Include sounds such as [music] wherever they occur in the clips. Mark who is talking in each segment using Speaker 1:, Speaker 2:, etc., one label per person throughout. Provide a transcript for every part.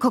Speaker 1: こ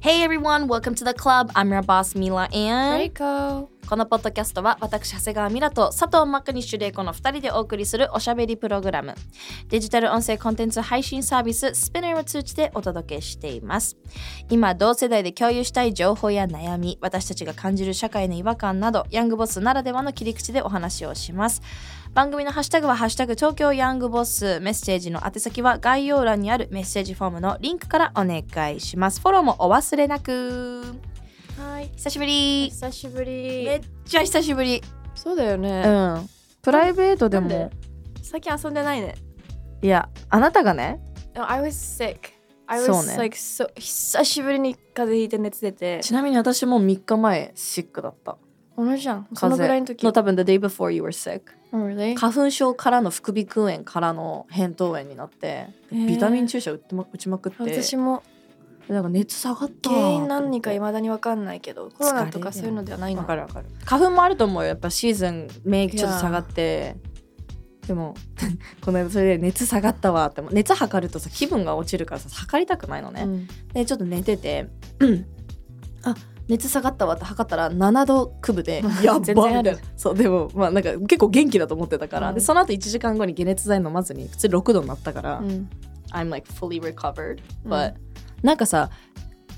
Speaker 2: Hey everyone, welcome to the club. I'm your boss Mila and
Speaker 1: コ
Speaker 2: このポッドキャストは私長谷川ミラと佐藤真国主玲子の2人でお送りするおしゃべりプログラムデジタル音声コンテンツ配信サービス Spinner を通じてお届けしています今同世代で共有したい情報や悩み私たちが感じる社会の違和感などヤングボスならではの切り口でお話をします番組のハッシュタグは「ハッシュタグ東京ヤングボス」メッセージの宛先は概要欄にあるメッセージフォームのリンクからお願いしますフォローもお忘れなく
Speaker 3: はい。
Speaker 2: 久しぶり
Speaker 3: 久しぶり
Speaker 2: めっちゃ久しぶり
Speaker 3: そうだよね。
Speaker 2: うん。プライベートでも。
Speaker 3: なんで最近遊んでないね。
Speaker 2: いや、あなたがね。
Speaker 3: No, I was sick. I
Speaker 2: そう
Speaker 3: was
Speaker 2: ね
Speaker 3: like so 久しぶりに風邪ひいて熱出て。
Speaker 2: なみに私も3日前、シックだった。
Speaker 3: 同じじゃん。そ
Speaker 2: 風邪
Speaker 3: のぐらいの時。
Speaker 2: の多分、the day before you were sick。
Speaker 3: Oh, really?
Speaker 2: 花粉症からの副鼻腔炎からの扁桃炎になって、ビタミン注射打って、ま、打ちまくって、
Speaker 3: 私も
Speaker 2: なんか熱下がった。
Speaker 3: 原因何か未だにわかんないけど、コロナとかそういうのではないの
Speaker 2: わかるわかる。花粉もあると思うよ。やっぱシーズン、免疫ちょっと下がって。でも [laughs] この間それで熱下がったわっても熱測るとさ気分が落ちるからさ測りたくないのね、
Speaker 3: うん
Speaker 2: でちょっと寝てて「あ熱下がったわ」って測ったら7度9分で「やっば」み
Speaker 3: 全
Speaker 2: たい
Speaker 3: 然
Speaker 2: な
Speaker 3: ある
Speaker 2: そうでもまあなんか結構元気だと思ってたから、
Speaker 3: うん
Speaker 2: でその後1時間後に解熱剤飲まずに普通6度になったから「
Speaker 3: うん。
Speaker 2: I'm like fully recovered」but、なんかさ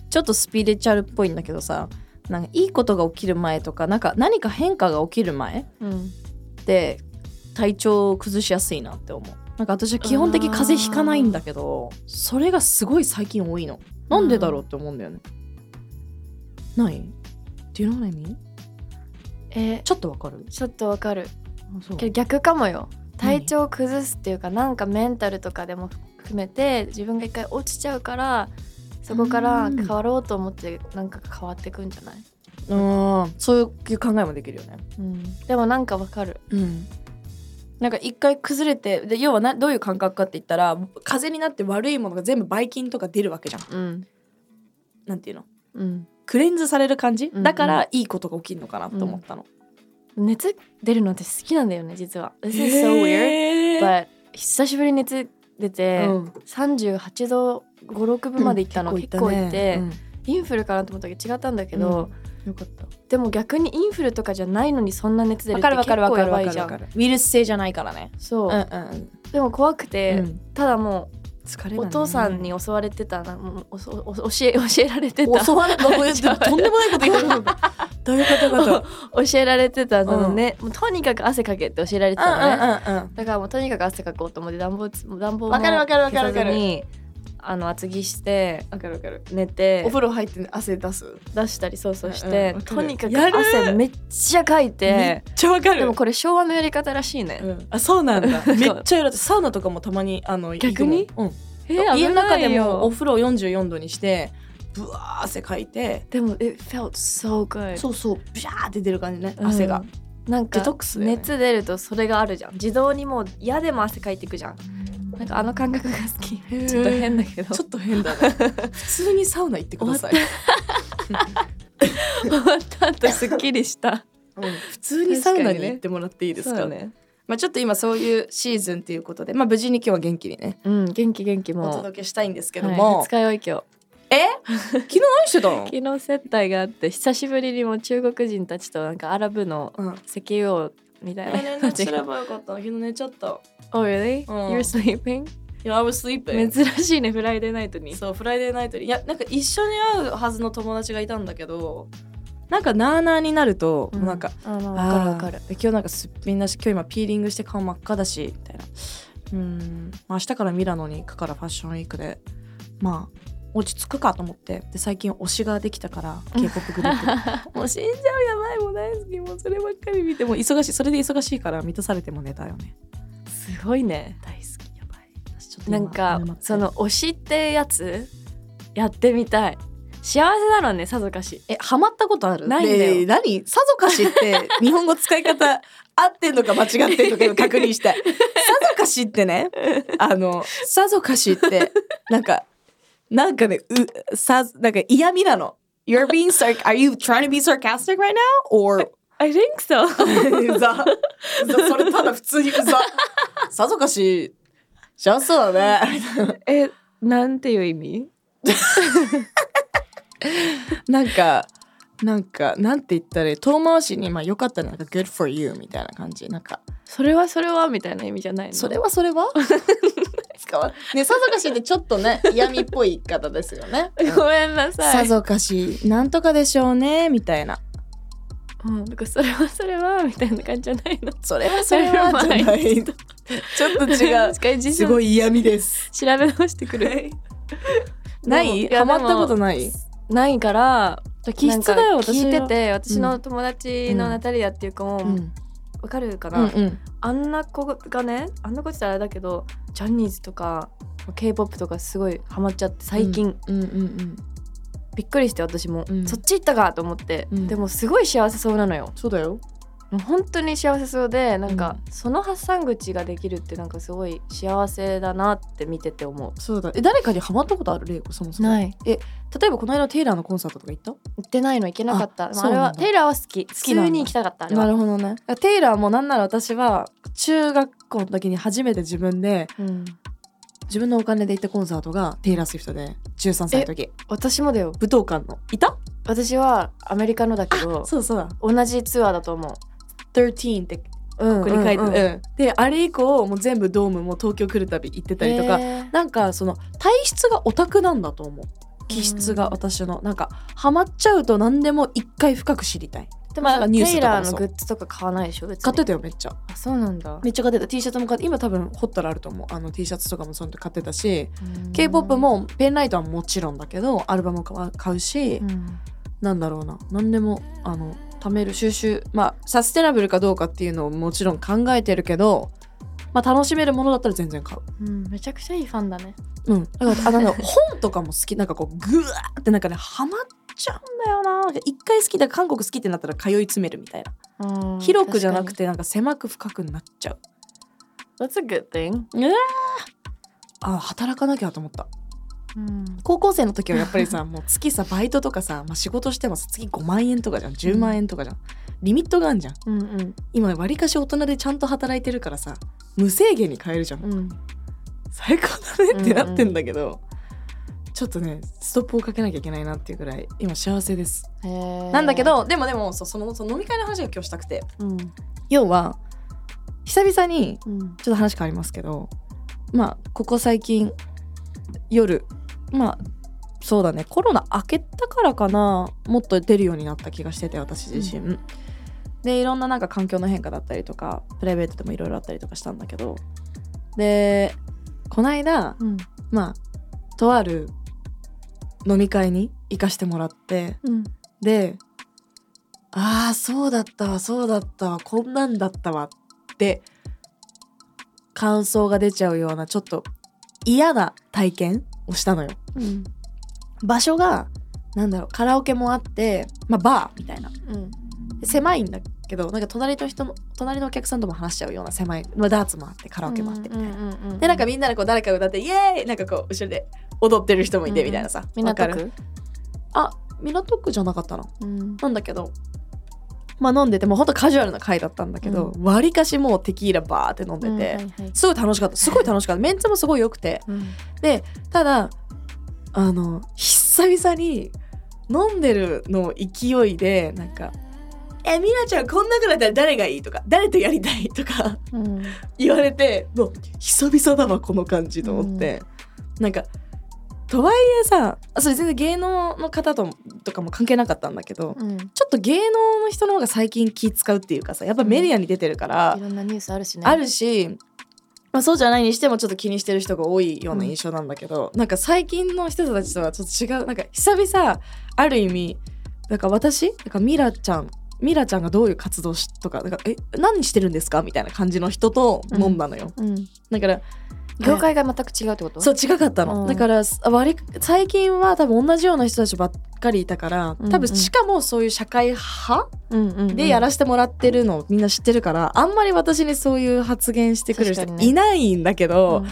Speaker 2: ちょっとスピリチュアルっぽいんだけどさなんかいいことが起きる前とかなんか何か変化が起きる前
Speaker 3: うん。
Speaker 2: って体調を崩しやすいなって思うなんか私は基本的に風邪ひかないんだけどそれがすごい最近多いのなんでだろうって思うんだよね、ない Do you know what I mean?
Speaker 3: え、
Speaker 2: ちょっとわかる
Speaker 3: ちょっとわかる。
Speaker 2: そう
Speaker 3: けど逆かもよ。体調を崩すっていうか、なんかメンタルとかでも含めて自分が一回落ちちゃうから。そこから変わろうと思ってなんか変わってくんじゃない、
Speaker 2: うんそういう考えもできるよね
Speaker 3: うん、でもなんかわかる
Speaker 2: うんなんか一回崩れてで要はなどういう感覚かって言ったら風邪になって悪いものが全部ばい菌とか出るわけじゃん
Speaker 3: うん
Speaker 2: なんていうの
Speaker 3: うん
Speaker 2: クレンズされる感じ、
Speaker 3: んうん
Speaker 2: だからいいことが起きるのかなと思ったの、
Speaker 3: 熱出るのって好きなんだよね実は This
Speaker 2: え
Speaker 3: is so weird
Speaker 2: え
Speaker 3: but 久しぶりに熱出て、
Speaker 2: うん
Speaker 3: 38度56分まで行ったの、結構行って、
Speaker 2: うん
Speaker 3: インフルかなと思ったけど違ったんだけど、
Speaker 2: よかった
Speaker 3: でも逆にインフルとかじゃないのにそんな熱出る
Speaker 2: わ
Speaker 3: って
Speaker 2: かるわかるわ
Speaker 3: 結構
Speaker 2: か
Speaker 3: や
Speaker 2: るわ
Speaker 3: ば
Speaker 2: か
Speaker 3: い
Speaker 2: る
Speaker 3: じゃん
Speaker 2: ウイルス性じゃないからね
Speaker 3: そう、
Speaker 2: ん
Speaker 3: でも怖くて、ただも
Speaker 2: 疲れ
Speaker 3: うお父さんに襲われてたなもうおそお教 [laughs] え教えられてた
Speaker 2: 襲われ [laughs] たとんでもないこと言ってるどういうことどういうこと
Speaker 3: [laughs] 教えられてたその
Speaker 2: うん
Speaker 3: ね、もうとにかく汗かけって教えられてたのね、
Speaker 2: うんうん
Speaker 3: だからもうとにかく汗かこうと思って暖房つ暖房も
Speaker 2: わかるわかるわかるわかる
Speaker 3: 消さずにあの厚着して
Speaker 2: わかるわかる
Speaker 3: 寝て
Speaker 2: お風呂入って汗出す
Speaker 3: 出したりそうそうし
Speaker 2: う
Speaker 3: て
Speaker 2: ん、うん
Speaker 3: とにかく
Speaker 2: やる
Speaker 3: 汗めっちゃかい
Speaker 2: め
Speaker 3: て
Speaker 2: っちゃわかる
Speaker 3: でもこれ昭和のやり方らしいね、
Speaker 2: うんあそうなんだ
Speaker 3: そう
Speaker 2: めっちゃやるサウナとかもたまにあの
Speaker 3: 逆
Speaker 2: 行
Speaker 3: に
Speaker 2: くもんうん
Speaker 3: えー
Speaker 2: 家の中で
Speaker 3: 危ない
Speaker 2: もお
Speaker 3: よ
Speaker 2: 風呂44度にしてぶわー汗かいて
Speaker 3: でも it felt so good
Speaker 2: そうそうビャーって出る感じね
Speaker 3: うん
Speaker 2: 汗が
Speaker 3: なん
Speaker 2: デ
Speaker 3: か
Speaker 2: トックスだよね
Speaker 3: 熱出るとそれがあるじゃん自動にもう嫌でも汗かいてくじゃんなんかあの感覚が好き
Speaker 2: へー
Speaker 3: ちょっと変だけど
Speaker 2: ちょっと変だ [laughs] ね普通にサウナ行ってください
Speaker 3: [laughs] 終わった後すっきりした
Speaker 2: 普通にサウナに行ってもらっていいですか
Speaker 3: そう
Speaker 2: ね。
Speaker 3: ね
Speaker 2: まあちょっと今そういうシーズンということで、まあ無事に今日は元気にね、
Speaker 3: うん元気元気もう
Speaker 2: お届けしたいんですけど
Speaker 3: はい
Speaker 2: も、
Speaker 3: 二日酔い今日
Speaker 2: え [laughs] 昨日何してたの？
Speaker 3: 昨日接待があって久しぶりにもう中国人たちとなんかアラブの
Speaker 2: うん。
Speaker 3: 石油王みたいな感じ
Speaker 2: ばよかった。昨日寝ちゃった。
Speaker 3: Oh really?
Speaker 2: うん
Speaker 3: You're sleeping?
Speaker 2: Yeah, I was sleeping.
Speaker 3: 珍しいねフライデーナイトに
Speaker 2: そうフライデーナイトにいやなんか一緒に会うはずの友達がいたんだけど、なんかなあなあになると、
Speaker 3: うん
Speaker 2: なんか
Speaker 3: あまあわかる
Speaker 2: あ
Speaker 3: わかる
Speaker 2: ー今日なんかすっぴんだし今日今ピーリングして顔真っ赤だしみたいなうんまあ明日からミラノに行くからファッションウィークでまあ落ち着くかと思ってで最近推しができたから k p o p グル [laughs] ープもう死んじゃうやばいもう大好きもうそればっかり見てもう忙しいそれで忙しいから満たされても寝たよね
Speaker 3: すごいね
Speaker 2: 大好きやばい私ちょっと
Speaker 3: な
Speaker 2: 今
Speaker 3: んか
Speaker 2: 沼って
Speaker 3: その推しってやつやってみたい幸せだろうねさぞかし
Speaker 1: えハマったことある
Speaker 3: ないんだよ
Speaker 2: ねえ何さぞかしって日本語使い方合ってんのか間違ってんのか今確認したい。さぞかしってね、あの、さぞかしって、なんか、なんかね、う、さ、なんか嫌味なの。You're being sarc- are you trying to be sarcastic right now? Or, [laughs]
Speaker 3: I think so [laughs]
Speaker 2: うざ。うざそれただ普通にうざ。さぞかし、幸せそうだね。
Speaker 3: えなんていう意味
Speaker 2: なんか、なんか、なんて言ったらいい遠回しに、まあよかったらなんか、good for you みたいな感じ。なんか、
Speaker 3: それはそれはみたいな意味じゃないの
Speaker 2: それはそれは使わねさぞかしってちょっと [laughs] ね嫌味っぽい言い方ですよね
Speaker 3: [laughs] ごめんなさ
Speaker 2: さ
Speaker 3: い
Speaker 2: ぞかしなんとかでしょうねみたいな
Speaker 3: うん、だからそれはそれはみたいな感じじゃないの
Speaker 2: それはそれはじゃないちょっと [laughs] 違う
Speaker 3: 確かに
Speaker 2: す
Speaker 3: 実
Speaker 2: ごい嫌味です
Speaker 3: 調べ直してくる
Speaker 2: ない
Speaker 3: で
Speaker 2: ハ
Speaker 3: も
Speaker 2: マったこと
Speaker 3: い
Speaker 2: ない
Speaker 3: やないから
Speaker 2: 気質だよ
Speaker 3: なんか
Speaker 2: 私
Speaker 3: 聞い
Speaker 2: は
Speaker 3: てて私の友達のナタリアっていう子も、
Speaker 2: うん
Speaker 3: わかるか
Speaker 2: う
Speaker 3: な、
Speaker 2: んうん
Speaker 3: あんな子がねあんな子って言ったらあれだけどジャニーズとか k p o p とかすごいハマっちゃって最近、
Speaker 2: うんうん
Speaker 3: びっくりして私も、
Speaker 2: うん
Speaker 3: そっち行ったかと思って、
Speaker 2: うん
Speaker 3: でもすごい幸せそうなのよ
Speaker 2: そうだよ
Speaker 3: もう本当に幸せそうでなんか、その発散口ができるってなんかすごい幸せだなって見てて思
Speaker 2: そうだえ誰かにハマったことあるレイコそもそうも
Speaker 3: ないい
Speaker 2: 例えばこの間テイラーのコンサートとか行っ
Speaker 3: 行ってないの行けなかった
Speaker 2: あ
Speaker 3: まああ
Speaker 2: そう
Speaker 3: れ
Speaker 2: なん
Speaker 3: は
Speaker 2: だ
Speaker 3: テイラーは好き普
Speaker 2: きなんだ
Speaker 3: 通に行きたかったあ
Speaker 2: た
Speaker 3: れは
Speaker 2: るほどねテイラーもなんなら私は中学校の時に初めて自分で
Speaker 3: うん、
Speaker 2: 自分のお金で行ったコンサートがテイラー・スウィフトで13歳の時
Speaker 3: 私もだよ
Speaker 2: 武道館のいた
Speaker 3: 私はアメリカのだけど
Speaker 2: そうそうだ
Speaker 3: 同じツアーだと思う
Speaker 2: 13って
Speaker 3: うん
Speaker 2: ここに書いて、
Speaker 3: う
Speaker 2: うんん
Speaker 3: うん
Speaker 2: であれ以降もう全部ドームも東京来るたび行ってたりとか、
Speaker 3: へー
Speaker 2: なんかその体質がオタクなんだと思う気質が私のなんかハマっちゃうと何でも一回深く知りたい
Speaker 3: で
Speaker 2: まあなんかニュース
Speaker 3: テイ
Speaker 2: とか
Speaker 3: ラ
Speaker 2: も
Speaker 3: ー
Speaker 2: そう
Speaker 3: のグッズとか買わないでしょ別に
Speaker 2: 買ってたよめっちゃ
Speaker 3: あそうなんだ
Speaker 2: めっちゃ買ってた T シャツも買って今多分ホッタラあると思うあの T シャツとかもその時買ってたし k p o p、もペンライトはもちろんだけどアルバムも買うし、
Speaker 3: うん
Speaker 2: なんだろうな何でもあの貯める収集まあサステナブルかどうかっていうのをもちろん考えてるけど、まあ、楽しめるものだったら全然買う。
Speaker 3: うん、めちゃくちゃいいファンだね
Speaker 2: うん、だからあなんだろう本とかも好きなんかこうグワーってなんかねハマっちゃうんだよななんか一回好きだ韓国好きってなったら通い詰めるみたいな広くじゃなくてなんか狭く深くなっちゃう
Speaker 3: That's a good thing、
Speaker 2: あ働かなきゃと思った
Speaker 3: うん、
Speaker 2: 高校生の時はやっぱりさもう月さバイトとかさ、まあ、仕事してもさ月5万円とかじゃん10万円とかじゃん、リミットがあるじゃん
Speaker 3: うんうん
Speaker 2: 今わりかし大人でちゃんと働いてるからさ無制限に買えるじゃん、
Speaker 3: うん
Speaker 2: 最高だねってなってんだけど、ちょっとねストップをかけなきゃいけないなっていうぐらい今幸せです、
Speaker 3: へー
Speaker 2: なんだけ、どでもでもそうそのその飲み会の話が今日したくて
Speaker 3: うん
Speaker 2: 要は久々に
Speaker 3: うん
Speaker 2: ちょっと話変わりますけどまあここ最近夜まあそうだねコロナ明けたからかなもっと出るようになった気がしてて私自身、でいろんななんか環境の変化だったりとかプライベートでもいろいろあったりとかしたんだけどでこないだ
Speaker 3: うん
Speaker 2: まあとある飲み会に行かしてもらって
Speaker 3: うん
Speaker 2: でああそうだったわそうだったわこんなんだったわって感想が出ちゃうようなちょっと嫌な体験をしたのよ
Speaker 3: うん
Speaker 2: 場所がなんだろうカラオケもあってまあバーみたいな
Speaker 3: うん
Speaker 2: で狭いんだけどなんか隣の人の隣のお客さんとも話しちゃうような狭い、まあ、ダーツもあってカラオケもあってみたいな、
Speaker 3: な
Speaker 2: でなんかみんなでこう誰かが歌ってイエーイなんかこう後ろで踊ってる人もいてみたいなさ、
Speaker 3: みんな
Speaker 2: わか
Speaker 3: と
Speaker 2: る
Speaker 3: く
Speaker 2: あ港区じゃなかったの
Speaker 3: うん
Speaker 2: なんだけどまあ飲んでてもうほんとカジュアルな回だったんだけど、わりかしもうテキーラバーって飲んで
Speaker 3: うん
Speaker 2: て、
Speaker 3: はいはい
Speaker 2: すごい楽しかったすごい楽しかったメンツもすごい良くて
Speaker 3: うん
Speaker 2: ただあの久々に飲んでるの勢いでなんか「えミラちゃんこんなくらいだったら誰がいい?」とか「誰とやりたい?」とか [laughs]
Speaker 3: うん
Speaker 2: 言われてもう久々だわこの感じと思って、なんかとはいえさそれ全然芸能の方ともとかも関係なかったんだけど、
Speaker 3: うん
Speaker 2: ちょっと芸能の人の方が最近気使うっていうかさやっぱメディアに出てるから、
Speaker 3: いろんなニュースあるしね
Speaker 2: あるし、まあ、そうじゃないにしてもちょっと気にしてる人が多いような印象なんだけど、なんか最近の人たちとはちょっと違うなんか久々ある意味なんか私なんかミラちゃんミラちゃんがどういう活動しとかなんかえ何してるんですかみたいな感じの人と飲んだのよ、
Speaker 3: うん、
Speaker 2: だから
Speaker 3: 業界が全く違うってこと
Speaker 2: そう違かったの、
Speaker 3: うん
Speaker 2: だから割り最近は多分同じような人たちばっかりいたから
Speaker 3: うんうん
Speaker 2: 多分しかもそういう社会派
Speaker 3: うん、うんうん
Speaker 2: でやらせてもらってるのをみんな知ってるからあんまり私にそういう発言してくる人
Speaker 3: 確かにね
Speaker 2: いないんだけど、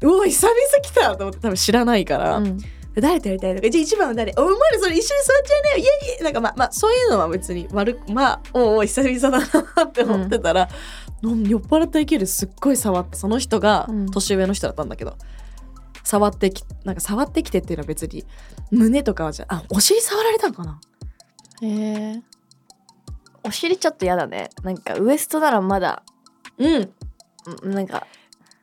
Speaker 2: うお久々来たと思って多分知らないから、
Speaker 3: うん
Speaker 2: 誰とやりたいとかじゃあ一番は誰お前らそれ一緒に座っちゃいなよイエイイエイなんかまあまあそういうのは別に悪くまあおうおう久々だなって思ってたら、なん酔っ払った勢いですっごい触ってその人が
Speaker 3: うん
Speaker 2: 年上の人だったんだけど、触ってきなんか触ってきてっていうのは別に胸とかはじゃあお尻触られたのかな
Speaker 3: へえお尻ちょっと嫌だねなんかウエストならまだ
Speaker 2: うん
Speaker 3: うんなんか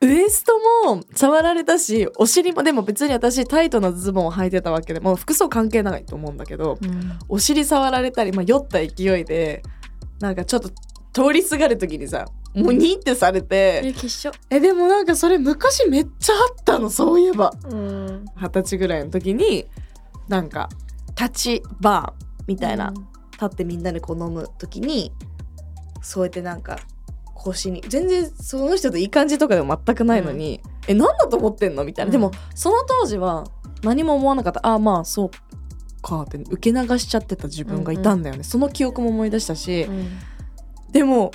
Speaker 2: ウエストも触られたしお尻もでも別に私タイトなズボンを履いてたわけでもう服装関係ないと思うんだけど、お尻触られたり、まあ、酔った勢いでなんかちょっと通りすがる時にさもうニーってされて、
Speaker 3: 決勝
Speaker 2: えでもなんかそれ昔めっちゃあったのそういえば
Speaker 3: うん
Speaker 2: 二十歳ぐらいの時になんか立ちバーみ
Speaker 3: み
Speaker 2: たいな、立ってみんなでこう飲む時にそうやってなんか腰に全然その人といい感じとかでも全くないのに、え何だと思ってんのみたいな、
Speaker 3: うん
Speaker 2: でもその当時は何も思わなかったああまあそうかって受け流しちゃってた自分がいたんだよね、その記憶も思い出したし、
Speaker 3: うん
Speaker 2: でも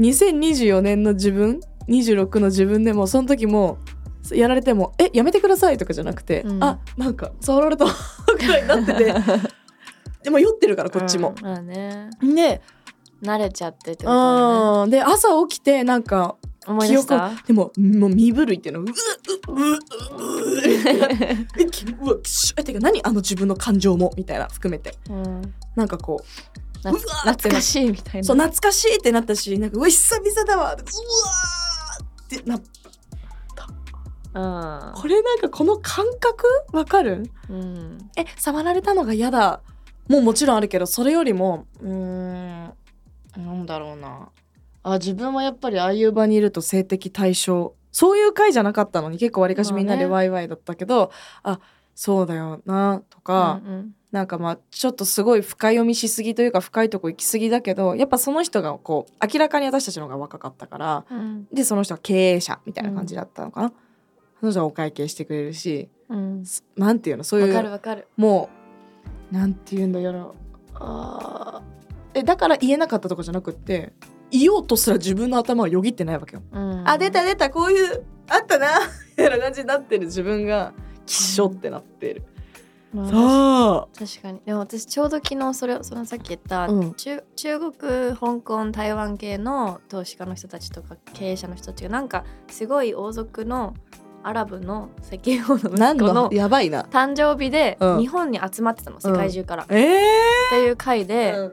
Speaker 2: 2024年の自分26の自分でもその時もやられても「えやめてください」とかじゃなくて「
Speaker 3: うん
Speaker 2: あなんか触られた」 [laughs] くらいになって
Speaker 3: [laughs]
Speaker 2: てでも酔ってるからこっちも。
Speaker 3: うんまあね
Speaker 2: で
Speaker 3: 慣れちゃってってことだね
Speaker 2: あーで朝起きてなんか
Speaker 3: 思い出した
Speaker 2: でももう身震いっていうのうう
Speaker 3: [laughs]
Speaker 2: ううううえきうわきしょえてか何あの自分の感情もみたいな含めて [laughs]
Speaker 3: うん
Speaker 2: なんかこう
Speaker 3: な
Speaker 2: うわー
Speaker 3: 懐かしいみたいな
Speaker 2: そう懐かしいってなったしなんかうわ久々だわうわーってな
Speaker 3: うん
Speaker 2: これなんかこの感覚わかる
Speaker 3: うん
Speaker 2: え触られたのが嫌だもうもちろんあるけどそれよりもうーんなんだろうなあ自分はやっぱりああいう場にいると性的対象そういう会じゃなかったのに結構わりかしみんなで
Speaker 3: ま
Speaker 2: ワイワイだったけど、あそうだよなとか、
Speaker 3: うんうん
Speaker 2: なんかまあちょっとすごい深読みしすぎというか深いとこ行きすぎだけどやっぱその人がこう明らかに私たちの方が若かったから
Speaker 3: うん
Speaker 2: でその人は経営者みたいな感じだったのかな、その人はお会計してくれるし
Speaker 3: うん
Speaker 2: すなんていうのそう
Speaker 3: わ
Speaker 2: い
Speaker 3: かる
Speaker 2: う
Speaker 3: わかる
Speaker 2: もうなんて言うんだろうあーえだから言えなかったとかじゃなくって言おうとすら自分の頭はよぎってないわけよ、
Speaker 3: うん
Speaker 2: あ出た出たこういうあったな [laughs] みたいな感じになってる自分がきっしょってなってる、
Speaker 3: まあ
Speaker 2: そ
Speaker 3: 確かにでも私ちょうど昨日それをそのさっき言った、
Speaker 2: うん
Speaker 3: 中中国香港台湾系の投資家の人たちとか経営者の人たちがなんかすごい王族のアラブの石油王の
Speaker 2: う何
Speaker 3: 息子の
Speaker 2: のやばいな
Speaker 3: 誕生日で
Speaker 2: うん
Speaker 3: 日本に集まってたの、世界中から、っ
Speaker 2: ええ
Speaker 3: ていう回で,、
Speaker 2: ー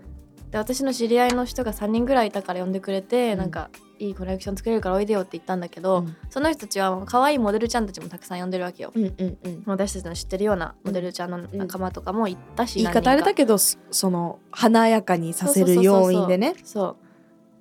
Speaker 3: で私の知り合いの人が3人ぐらいいたから呼んでくれて、
Speaker 2: うん
Speaker 3: なんかいいコレクション作れるからおいでよって言ったんだけ
Speaker 2: う
Speaker 3: ど、
Speaker 2: ん
Speaker 3: その人たちはもう可愛いモデルちゃんたちもたくさん呼んでるわけよ。
Speaker 2: うんうんうん
Speaker 3: 私たちの知ってるようなモデルちゃんの仲間とかも行ったし、
Speaker 2: 言い
Speaker 3: 何人か
Speaker 2: 方あれだけどそその華やかにさせる要因でね
Speaker 3: そ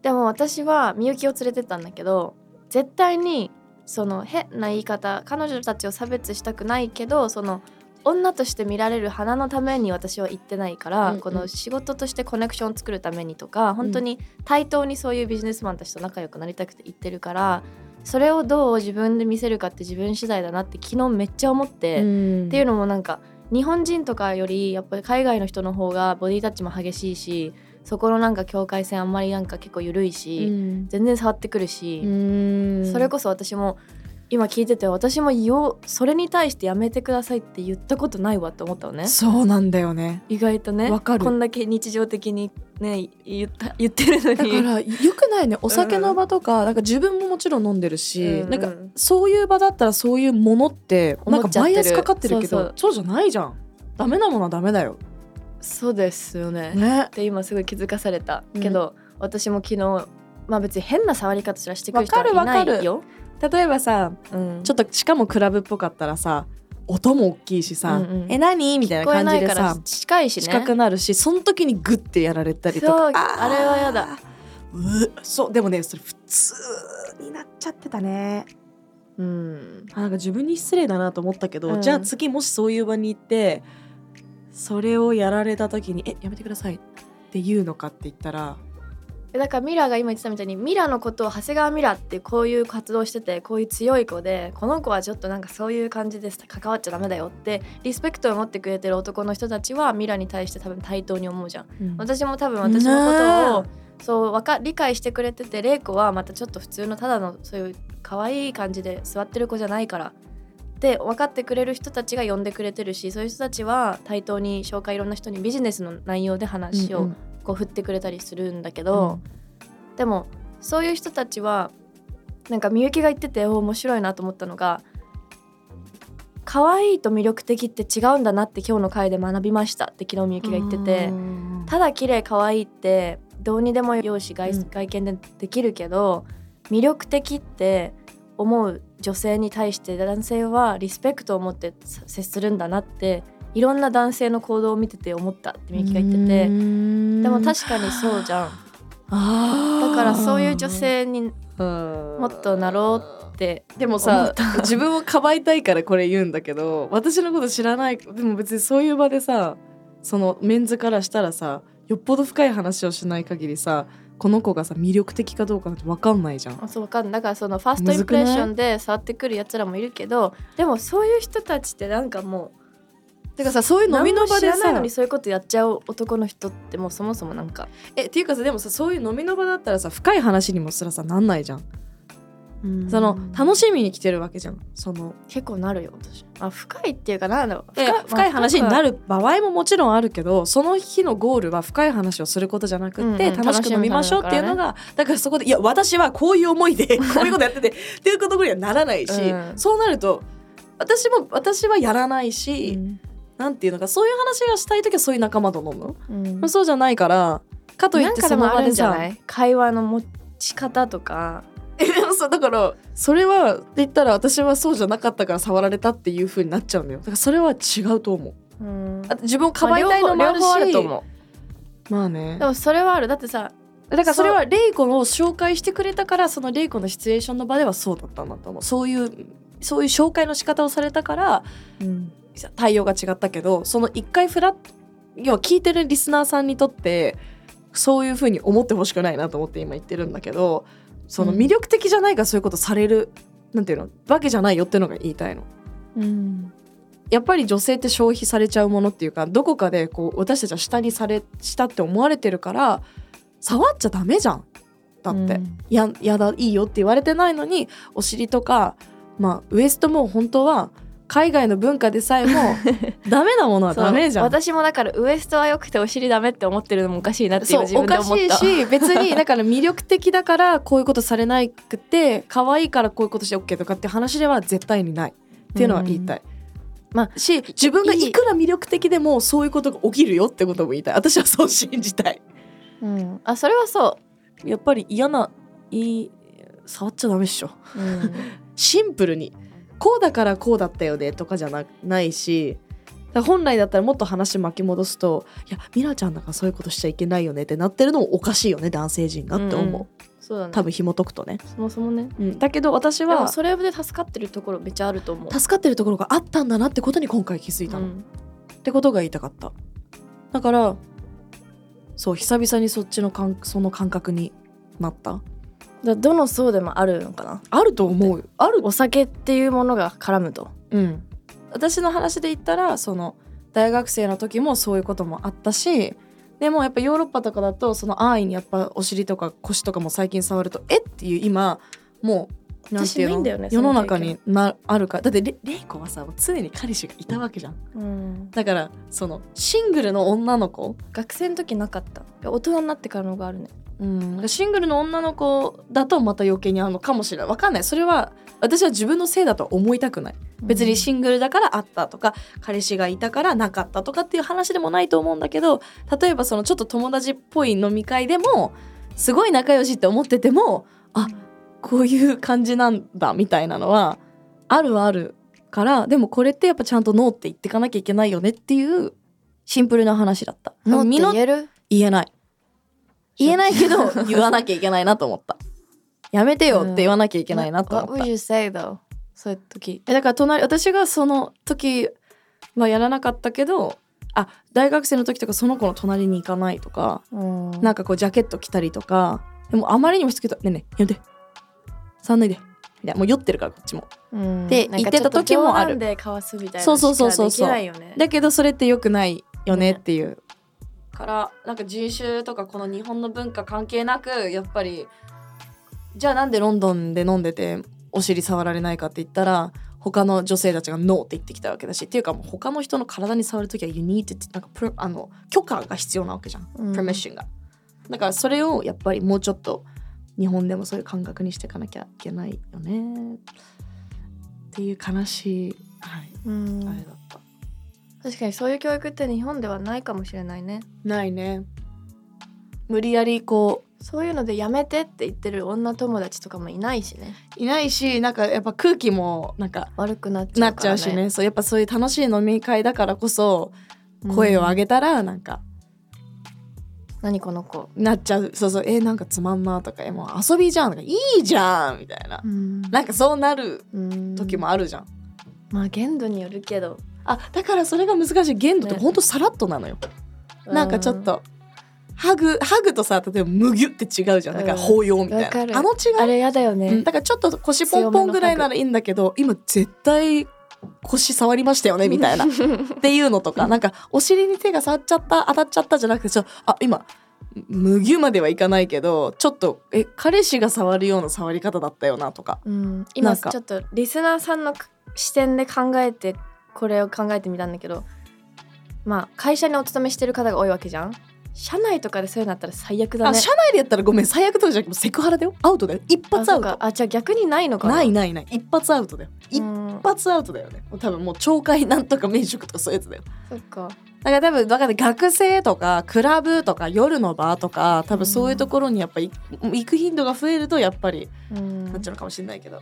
Speaker 3: うでも私はみゆきを連れてったんだけど絶対にその変な言い方彼女たちを差別したくないけどその女として見られる花のために私は行ってないから、
Speaker 2: うんうん
Speaker 3: この仕事としてコネクションを作るためにとか本当に対等にそういうビジネスマンたちと仲良くなりたくて行ってるからそれをどう自分で見せるかって自分次第だなって昨日めっちゃ思って、
Speaker 2: うん
Speaker 3: っていうのもなんか日本人とかよりやっぱり海外の人の方がボディタッチも激しいしそこのなんか境界線あんまりなんか結構緩いし、全然触ってくる
Speaker 2: う
Speaker 3: し、
Speaker 2: ん
Speaker 3: それこそ私も今聞いてて私もよそれに対してやめてくださいって言ったことないわって思ったのね
Speaker 2: そうなんだよね
Speaker 3: 意外とね
Speaker 2: わかる
Speaker 3: こんだけ日常的にね言った言ってるのに
Speaker 2: [laughs] だから良くないねお酒の場とか,、なんか自分ももちろん飲んでるし、
Speaker 3: うんうん
Speaker 2: なんかそういう場だったらそういうものって
Speaker 3: 思
Speaker 2: なん
Speaker 3: っ
Speaker 2: か
Speaker 3: ちゃっ
Speaker 2: バ
Speaker 3: てる
Speaker 2: イアスかかってるけど
Speaker 3: そう
Speaker 2: そうじゃないじゃんダメなものはダメだよ
Speaker 3: そうですよね
Speaker 2: ね
Speaker 3: って今すごい気づかされたけど、私も昨日まあ別に変な触り方すらしてくる人はい
Speaker 2: わか
Speaker 3: な
Speaker 2: るわか
Speaker 3: い
Speaker 2: る
Speaker 3: よ。
Speaker 2: 例えばさ
Speaker 3: うん
Speaker 2: ちょっとしかもクラブっぽかったらさ音も大きいしさ「
Speaker 3: うんうん
Speaker 2: え何?」みたい
Speaker 3: 聞こえ
Speaker 2: な
Speaker 3: な
Speaker 2: 感じ
Speaker 3: い
Speaker 2: で
Speaker 3: から
Speaker 2: さ
Speaker 3: 近いしね
Speaker 2: 近くなるしその時にグッてやられたりと
Speaker 3: そ
Speaker 2: か
Speaker 3: うあれはやだ
Speaker 2: うそうでもねそれ普通になっちゃってたね
Speaker 3: うん
Speaker 2: あなんか自分に失礼だなと思ったけど、
Speaker 3: うん
Speaker 2: じゃあ次もしそういう場に行ってそれをやられた時に「えやめてください」ってって言うのかって言ったら
Speaker 3: えだからミラが今言ってたみたいにミラのことを長谷川ミラってこういう活動しててこういう強い子でこの子はちょっとなんかそういう感じです関わっちゃダメだよってリスペクトを持ってくれてる男の人たちはミラに対して多分対等に思うじゃん。私も多分私のことを
Speaker 2: ね
Speaker 3: そうわか理解してくれてて玲子はまたちょっと普通のただのそういう可愛い感じで座ってる子じゃないからって分かってくれる人たちが呼んでくれてるしそういう人たちは対等に紹介いろんな人にビジネスの内容で話
Speaker 2: うんう
Speaker 3: を
Speaker 2: ん
Speaker 3: こう振ってくれたりするんだけど、でもそういう人たちはなんかみゆきが言っててお面白いなと思ったのが可愛いと魅力的って違うんだなって今日の回で学びましたって昨日みゆきが言ってて。
Speaker 2: うん
Speaker 3: ただ綺麗可愛いってどうにでも容姿
Speaker 2: う
Speaker 3: 外
Speaker 2: ん
Speaker 3: 外見でできるけど、魅力的って思う女性に対して男性はリスペクトを持ってさ接するんだなっていろんな男性の行動を見てて思ったってみゆきが言っててで
Speaker 2: で
Speaker 3: も確かにそうじゃん
Speaker 2: あー
Speaker 3: だからそういう女性に
Speaker 2: も
Speaker 3: もっとなろうって
Speaker 2: でも
Speaker 3: 思
Speaker 2: さ
Speaker 3: った
Speaker 2: 自分をかばいたいからこれ言うんだけど私のこと知らないでも別にそういう場でさそのメンズからしたらさよっぽど深い話をしない限りさこの子がさ魅力的かどうかなんて分かんないじゃん。
Speaker 3: あそうわかんないだからそのファースト
Speaker 2: む
Speaker 3: イ
Speaker 2: ず
Speaker 3: ン
Speaker 2: く
Speaker 3: プ
Speaker 2: な
Speaker 3: レ
Speaker 2: い
Speaker 3: ッションで触ってくるやつらもいるけどでもそういう人たちってなんかもう
Speaker 2: てかさそういう飲みの場で
Speaker 3: 何も知らないの
Speaker 2: さ
Speaker 3: にそういうことやっちゃう男の人ってもうそもそもなんか、
Speaker 2: えっていうかさでもさそういう飲みの場だったらさ深い話にもすらさなんないじゃん。その楽しみに来てるわけじゃん。その
Speaker 3: 結構なるよ私あ深いっていうかなんだろう
Speaker 2: 深い深い話にな
Speaker 3: る
Speaker 2: る場合ももちろんあるけどその日のゴールは深い話をすることじゃなくって、
Speaker 3: うんうん
Speaker 2: 楽しく飲みましょうっていうのがだ,、からそこでいや私はこういう思い [laughs] でこういうことやっててっていうことにはならないし、
Speaker 3: うん
Speaker 2: そうなると私も私はやらないし、なんていうのかそういう話がしたい時はそういう仲間と飲む、
Speaker 3: うん
Speaker 2: そうじゃないからかとい
Speaker 3: な
Speaker 2: っ
Speaker 3: ん
Speaker 2: て
Speaker 3: か
Speaker 2: そ
Speaker 3: で
Speaker 2: の
Speaker 3: もあ
Speaker 2: 場
Speaker 3: る
Speaker 2: で
Speaker 3: んじゃ
Speaker 2: さ
Speaker 3: な。い会話の持ち方とか
Speaker 2: えでもさだから [laughs] それはって言ったら私はそうじゃなかったから触られたっていう風になっちゃうんだよだからそれは違うと思う
Speaker 3: うん
Speaker 2: あと自分をかばいたいのも
Speaker 3: ま
Speaker 2: あ
Speaker 3: あ
Speaker 2: る
Speaker 3: 両
Speaker 2: し、
Speaker 3: 方両方あると思
Speaker 2: まあね
Speaker 3: うでもそれはあるだってさ
Speaker 2: だからそれはレイコの紹介してくれたからそのレイコのシチュエーションの場ではそうだったんだと思うそういうそういう紹介の仕方をされたから対応が違ったけどその一回フラッ要は聞いてるリスナーさんにとってそういうふうに思ってほしくないなと思って今言ってるんだけどその
Speaker 3: うん
Speaker 2: 魅力的じゃないからそういうことされる、なんていうのわけじゃないよってのが言いたいの。
Speaker 3: うん
Speaker 2: やっぱり女性って消費されちゃうものっていうかどこかでこう私たちは下にされしたって思われてるから触っちゃダメじゃんだって、ややだいいよって言われてないのにお尻とか、まあ、ウエストも本当は海外の文化で
Speaker 3: [laughs]
Speaker 2: さえもダメなものは
Speaker 3: そう
Speaker 2: ダメじゃん。
Speaker 3: 私もだからウエストは良くてお尻ダメって思ってるのもおかしいなって
Speaker 2: そ
Speaker 3: 今
Speaker 2: う
Speaker 3: 自
Speaker 2: お
Speaker 3: 分で
Speaker 2: か
Speaker 3: 思
Speaker 2: し
Speaker 3: った
Speaker 2: いし別にだから魅力的だからこういうことされなくて可愛いからこういうことして OK とかって話では絶対にないっていうのは言いたい。まあ、し自分がいくら魅力的でもそういうことが起きるよってことも言いたい私はそう信じたい
Speaker 3: うんあそれはそ
Speaker 2: やっぱり嫌ないい触っちゃダメっしょ
Speaker 3: う、うん
Speaker 2: シンプルにこうだからこうだったよねとかじゃなないしだから本来だったらもっと話巻き戻すといやミラちゃんだからそういうことしちゃいけないよねってなってるのもおかしいよね男性陣がって思う、
Speaker 3: うんうん [laughs] そうだね
Speaker 2: 多分紐解くとね、
Speaker 3: そもそもね
Speaker 2: うん、だけど私
Speaker 3: でも
Speaker 2: は
Speaker 3: それで助かってるところめっちゃあると思う
Speaker 2: 助かってるところがあったんだなってことに今回気づいたの、
Speaker 3: うん
Speaker 2: ってことが言いたかっただからそう久々にそっちの感その感覚になった
Speaker 3: だどの層でもあるのかな
Speaker 2: あると思うよある
Speaker 3: お酒っていうものが絡むと
Speaker 2: うん、私の話で言ったらその大学生の時もそういうこともあったしでもやっぱヨーロッパとかだとその安易にやっぱお尻とか腰とかも最近触るとえっていう今もうなんていう
Speaker 3: 私ない
Speaker 2: の
Speaker 3: んだよね
Speaker 2: 世の中
Speaker 3: その経
Speaker 2: になあるからだってレレイコはさ常に彼氏がいたわけじゃん
Speaker 3: うん
Speaker 2: だからそのシングルの女の子、
Speaker 3: 学生の時なかったいや大人になってからの方があるね
Speaker 2: うん、シングルの女の子だとまた余計にあるのかもしれないわかんないそれは私は自分のせいだとは思いたくない別にシングルだからあったとか彼氏がいたからなかったとかっていう話でもないと思うんだけど例えばそのちょっと友達っぽい飲み会でもすごい仲良しって思っててもあこういう感じなんだみたいなのはあるはあるからでもこれってやっぱちゃんとノーって言ってかなきゃいけないよねっていうシンプルな話だった。
Speaker 3: ノー
Speaker 2: 身
Speaker 3: っ
Speaker 2: の
Speaker 3: て言える
Speaker 2: 言えない言えないけど言わなきゃいけないなと思った。やめてよって言わなきゃいけないなと思った。
Speaker 3: What would you say though そういう時
Speaker 2: えだから隣私がその時はやらなかったけどあ大学生の時とかその子の隣に行かないとか
Speaker 3: な
Speaker 2: なんかこうジャケット着たりとかでもあまりにもしつけと「ねえねえ呼んで触んないで」みたいなもう酔ってるからこっちもで
Speaker 3: なん
Speaker 2: 行
Speaker 3: か
Speaker 2: ってた時もある
Speaker 3: ちょっと冗談でかわすみたいな
Speaker 2: そうそうそうそう
Speaker 3: しかできないよね
Speaker 2: だけどそれって良くないよね
Speaker 3: ね
Speaker 2: っていう、
Speaker 1: からなんか人種とかこの日本の文化関係なくやっぱり
Speaker 2: じゃあなんでロンドンで飲んでてお尻触られないかって言ったら他の女性たちがノーって言ってきたわけだしっていうかもう他の人の体に触る時は you need ってなんかプロあの許可が必要なわけじゃん、
Speaker 3: うん
Speaker 2: permission がだからそれをやっぱりもうちょっと日本でもそういう感覚にしていかなきゃいけないよねっていう悲しい、はい
Speaker 3: うん
Speaker 2: あれだった
Speaker 3: 確かにそういう教育って日本ではないかもしれないね
Speaker 2: ないね無理やりこう
Speaker 3: そういうのでやめてって言ってる女友達とかもいないしね
Speaker 2: いないしなんかやっぱ空気もなんか
Speaker 3: 悪くなっちゃ
Speaker 2: な
Speaker 3: う
Speaker 2: っ
Speaker 3: か
Speaker 2: ちゃ
Speaker 3: ら、ね、
Speaker 2: うしねそうやっぱそういう楽しい飲み会だからこそ
Speaker 3: うん
Speaker 2: 声を上げたらなんか、
Speaker 3: 何この子
Speaker 2: なっちゃうそうそうえなんかつまんなとかえもう遊びじゃんとかいいじゃんみたいな、
Speaker 3: うん
Speaker 2: なんかそうなる
Speaker 3: うん
Speaker 2: 時もあるじゃん、
Speaker 3: まあ限度によるけど
Speaker 2: あだからそれが難しい限度って
Speaker 3: ね
Speaker 2: ほんとさらっとなのよ、なんかちょっとハグハグとさ例えばむぎゅって違うじゃんだから
Speaker 3: うん
Speaker 2: 抱擁みたい
Speaker 3: わかる
Speaker 2: な、あの違
Speaker 3: うんあ
Speaker 2: い
Speaker 3: れやだよね、
Speaker 2: うんだからちょっと腰ポンポンぐらいならいいんだけど今絶対腰触りましたよねみたい
Speaker 3: [laughs]
Speaker 2: なっていうのとかなんかお尻に手が触っちゃった当たっちゃったじゃなくてちょっとあ今むぎゅまではいかないけどちょっとえ彼氏が触るような触り方だったよなとか
Speaker 3: うん、
Speaker 2: な
Speaker 3: 今
Speaker 2: んか
Speaker 3: ちょっとリスナーさんのく視点で考えてこれを考えてみたんだけどまあ会社にお勤めしてる方が多いわけじゃん社内とかでそういうのあったら最悪だ
Speaker 2: あ
Speaker 3: ね
Speaker 2: 社内でやったらごめん最悪とかじゃなくてセクハラだよアウトだよ一
Speaker 3: あ
Speaker 2: 発ア
Speaker 3: そう
Speaker 2: ウ
Speaker 3: か
Speaker 2: ト
Speaker 3: あじゃあ逆にないのか
Speaker 2: ないないない一発アウトだよ
Speaker 3: う
Speaker 2: 一
Speaker 3: ん
Speaker 2: 発アウトだよねもう多分もう懲戒なんとか免職とかそういうやつだよ
Speaker 3: そっか
Speaker 2: だから多分だから学生とかクラブとか夜のバーとか多分そういうところにやっぱい行く頻度が増えるとやっぱり
Speaker 3: うん
Speaker 2: なっちゃうのかもしれないけど、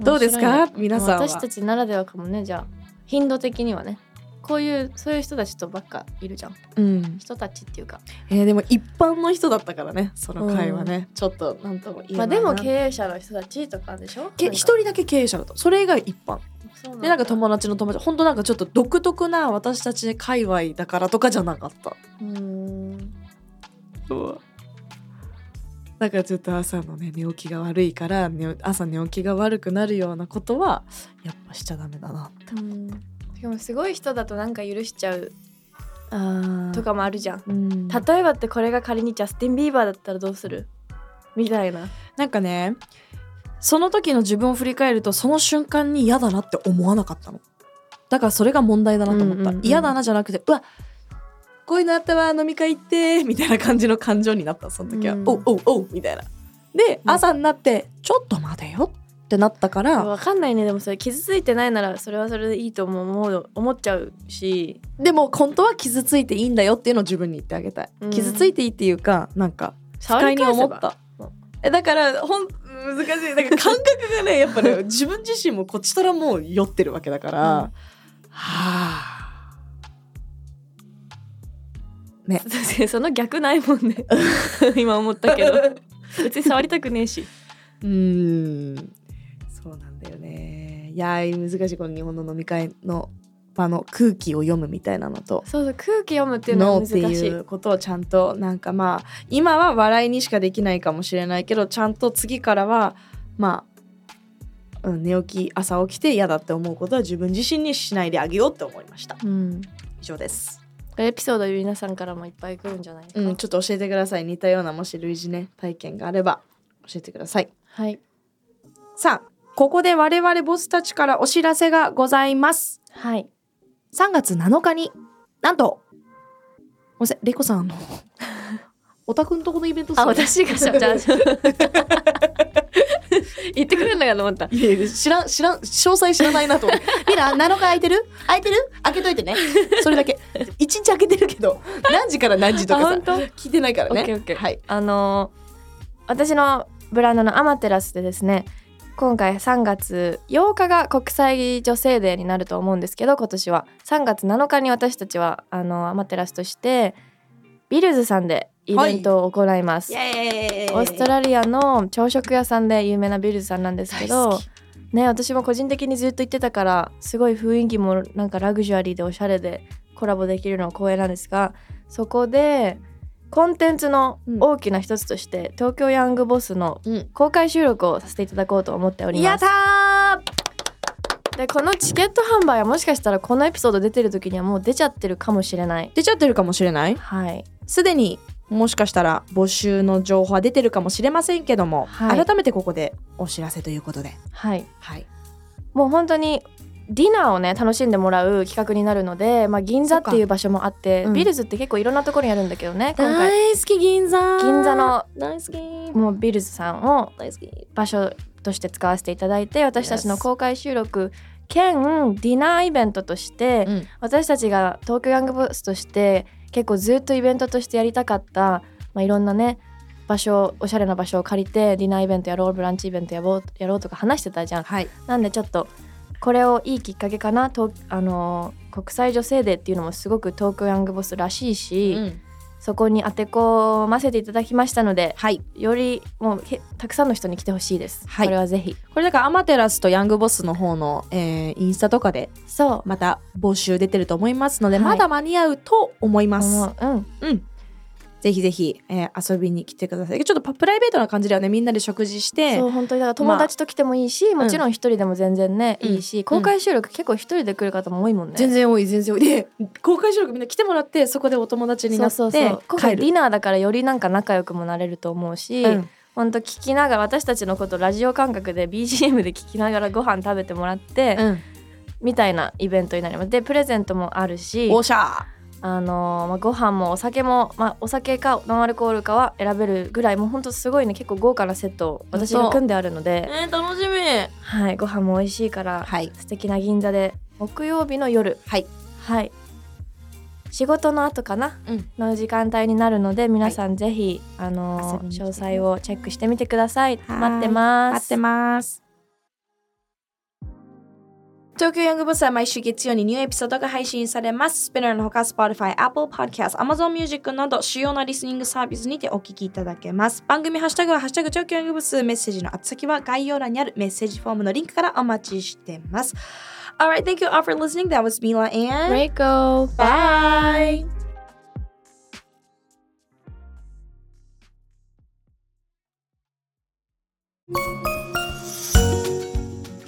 Speaker 2: どうですか皆さんは
Speaker 3: 私たちならではかもねじゃあ頻度的にはねこういうそういう人たちとばっかいるじゃん
Speaker 2: うん
Speaker 3: 人たちっていうか
Speaker 2: えーでも一般の人だったからねその会はね、ちょっとなんとも言え
Speaker 3: ま
Speaker 2: な
Speaker 3: あ
Speaker 2: いな、
Speaker 3: でも経営者の人たちとかでしょ
Speaker 2: け一人だけ経営者だとそれ以外一般
Speaker 3: 人
Speaker 2: でなんか友達の友達ほんとなんかちょっと独特な私たち界隈だからとかじゃなかった
Speaker 3: うん
Speaker 2: だからちょっと朝のね寝起きが悪いから寝朝寝起きが悪くなるようなことはやっぱしちゃダメだな
Speaker 3: うんしかもすごい人だとなんか許しちゃう
Speaker 2: あ
Speaker 3: とかもあるじゃん
Speaker 2: うん、
Speaker 3: 例えばってこれが仮にジャスティン・ビーバーだったらどうするみたいな
Speaker 2: なんかねその時の自分を振り返るとその瞬間に嫌だなって思わなかったのだからそれが問題だなと思った、
Speaker 3: うんうんうん
Speaker 2: 嫌だなじゃなくてうわこういうのあったわ飲み会行ってみたいな感じの感情になったその時は、
Speaker 3: うん
Speaker 2: おうおうおうみたいなで
Speaker 3: うん
Speaker 2: 朝になってちょっと待てよってなったから、
Speaker 3: わかんないねでもそれ傷ついてないならそれはそれでいいと思う思う思っちゃうし
Speaker 2: でも本当は傷ついていいんだよっていうのを自分に言ってあげたい、
Speaker 3: うん
Speaker 2: 傷ついていいっていうかなんか不快に思った
Speaker 3: ば
Speaker 2: えだからほん難しいだから感覚がねやっぱね [laughs] 自分自身もこっちとらもう酔ってるわけだから、
Speaker 3: うん
Speaker 2: はあね
Speaker 3: その逆ない [laughs] もんね [laughs] 今思ったけど別に触りたくねえし
Speaker 2: うーんそうなんだよねいやー難しいこの日本の飲み会の場の空気を読むみたいなのと
Speaker 3: そうそう空気読むっていうのは
Speaker 2: の
Speaker 3: 難
Speaker 2: って
Speaker 3: しい
Speaker 2: いうことをちゃんとなんかまあ今は笑いにしかできないかもしれないけどちゃんと次からはまあ、うん、寝起き朝起きて嫌だって思うことは自分自身にしないであげようって思いました
Speaker 3: うん、
Speaker 2: 以上です
Speaker 3: エピソード皆さんからもいっぱい来るんじゃないですか、
Speaker 2: うんちょっと教えてください似たようなもし類似ね体験があれば教えてください
Speaker 3: はい
Speaker 2: さあここで我々ボスたちからお知らせがございます
Speaker 3: はい
Speaker 2: 3月7日になんとごめんなさいレイコさんあ [laughs] のおたくんとこのイベントっす
Speaker 3: あ
Speaker 2: よね
Speaker 3: 私がしゃじゃあ [laughs] 言ってくれるのかと思った
Speaker 2: いやいや知らん知らん詳細知らないなと思 [laughs] って「ミラ7日空いてる空いてる開けといてね」それだけ1日開けてるけど何時から何時とか
Speaker 3: あ
Speaker 2: さ
Speaker 3: 本当
Speaker 2: 聞いてないからね
Speaker 3: オッケーオッケー
Speaker 2: はい、
Speaker 3: あのー私のブランドのアマテラスでですね今回3月8日が国際女性デーになると思うんですけど今年は3月7日に私たちはあのアマテラスとしてビルズさんでイベントを行います、
Speaker 2: エ
Speaker 3: オーストラリアの朝食屋さんで有名なビルズさんなんですけ
Speaker 2: 大
Speaker 3: ど
Speaker 2: 好き
Speaker 3: ね私も個人的にずっと行ってたからすごい雰囲気もなんかラグジュアリーでおしゃれでコラボできるのは光栄なんですがそこでコンテンツの大きな一つとして、東京ヤングボスの
Speaker 2: うん
Speaker 3: 公開収録をさせていただこうと思っております。
Speaker 2: た
Speaker 3: でこのチケット販売はもしかしたらこのエピソード出てる時にはもう出ちゃってるかもしれない。
Speaker 2: 出ちゃってるかもしれない
Speaker 3: はい、
Speaker 2: すでにもしかしたら募集の情報は出てるかもしれませんけども、
Speaker 3: はい
Speaker 2: 改めてここでお知らせということで
Speaker 3: はい
Speaker 2: はい
Speaker 3: もう本当にディナーをね楽しんでもらう企画になるので、まあ、銀座っていう場所もあって、
Speaker 2: うん
Speaker 3: ビルズって結構いろんなところにあるんだけどね今回
Speaker 2: 好き銀座
Speaker 3: 銀座の
Speaker 2: 大好き
Speaker 3: もうビルズさんを場所として使わせていただいて私たちの
Speaker 2: Yes
Speaker 3: 公開収録兼ディナーイベントとして、
Speaker 2: うん
Speaker 3: 私たちが東京ヤングボスとして結構ずっとイベントとしてやりたかった、まあ、いろんなね場所おしゃれな場所を借りてディナーイベントやろうブランチイベントやろうやろうとか話してたじゃん。
Speaker 2: はい
Speaker 3: なんでちょっとこれをいいきっかけかなと、あのー国際女性デーっていうのもすごく東京ヤングボスらしいし、そこに当てこませていただきましたので
Speaker 2: はい
Speaker 3: よりもうへたくさんの人に来てほしいです、
Speaker 2: はい
Speaker 3: これはぜひ
Speaker 2: これだからアマテラスとヤングボスの方の、えーインスタとかで
Speaker 3: そう
Speaker 2: また募集出てると思いますので、
Speaker 3: はい
Speaker 2: まだ間に合うと思います
Speaker 3: 思ううん
Speaker 2: うん。ぜひぜひ、えー遊びに来てください。ちょっとプライベートな感じではね、みんなで食事して
Speaker 3: そ、う本当にだから友達と来てもいいし、
Speaker 2: あ
Speaker 3: もちろん一人でも全然ね、
Speaker 2: うん
Speaker 3: いいし公開収録結構一人で来る方も多いもんね
Speaker 2: 全然多い、全然多い。で、公開収録みんな来てもらって、そこでお友達になって
Speaker 3: そうそうそう今
Speaker 2: 帰
Speaker 3: 回デ
Speaker 2: る
Speaker 3: ィ。ナーだからよりなんか仲良くもなれると思うし、
Speaker 2: うん
Speaker 3: ほんと聞きながら私たちのことラジオ感覚で BGM で聞きながらご飯食べてもらって、
Speaker 2: うん。
Speaker 3: みたいなイベントになりますでプレゼントもあるし
Speaker 2: おしゃ
Speaker 3: あのーまあ、ご飯もお酒も、まあ、お酒かノンアルコールかは選べるぐらいもうほんとすごいね結構豪華なセットを私が組んであるので、
Speaker 2: え楽しみ
Speaker 3: はい、ご飯も美味しいから、
Speaker 2: はい。
Speaker 3: 素敵な銀座で木曜日の夜
Speaker 2: はい。
Speaker 3: はい仕事の後かな、
Speaker 2: うん
Speaker 3: の時間帯になるので皆さんぜひ、あのー
Speaker 2: 遊びに来て
Speaker 3: 詳細をチェックしてみてください
Speaker 2: はい
Speaker 3: 待ってます
Speaker 2: 待ってます。東京ヤングボスは毎週月曜にニューエピソードが配信されます。スペナーのほか Spotify、Apple Podcast、Amazon Music など主要なリスニングサービスにてお聞きいただけます。番組ハッシュタグはハッシュタグ東京ヤングボスメッセージの厚先は概要欄にあるメッセージフォームのリンクからお待ちしてます。Alright, thank you all for listening. That was Mila and
Speaker 3: Reiko
Speaker 2: Bye!
Speaker 4: 「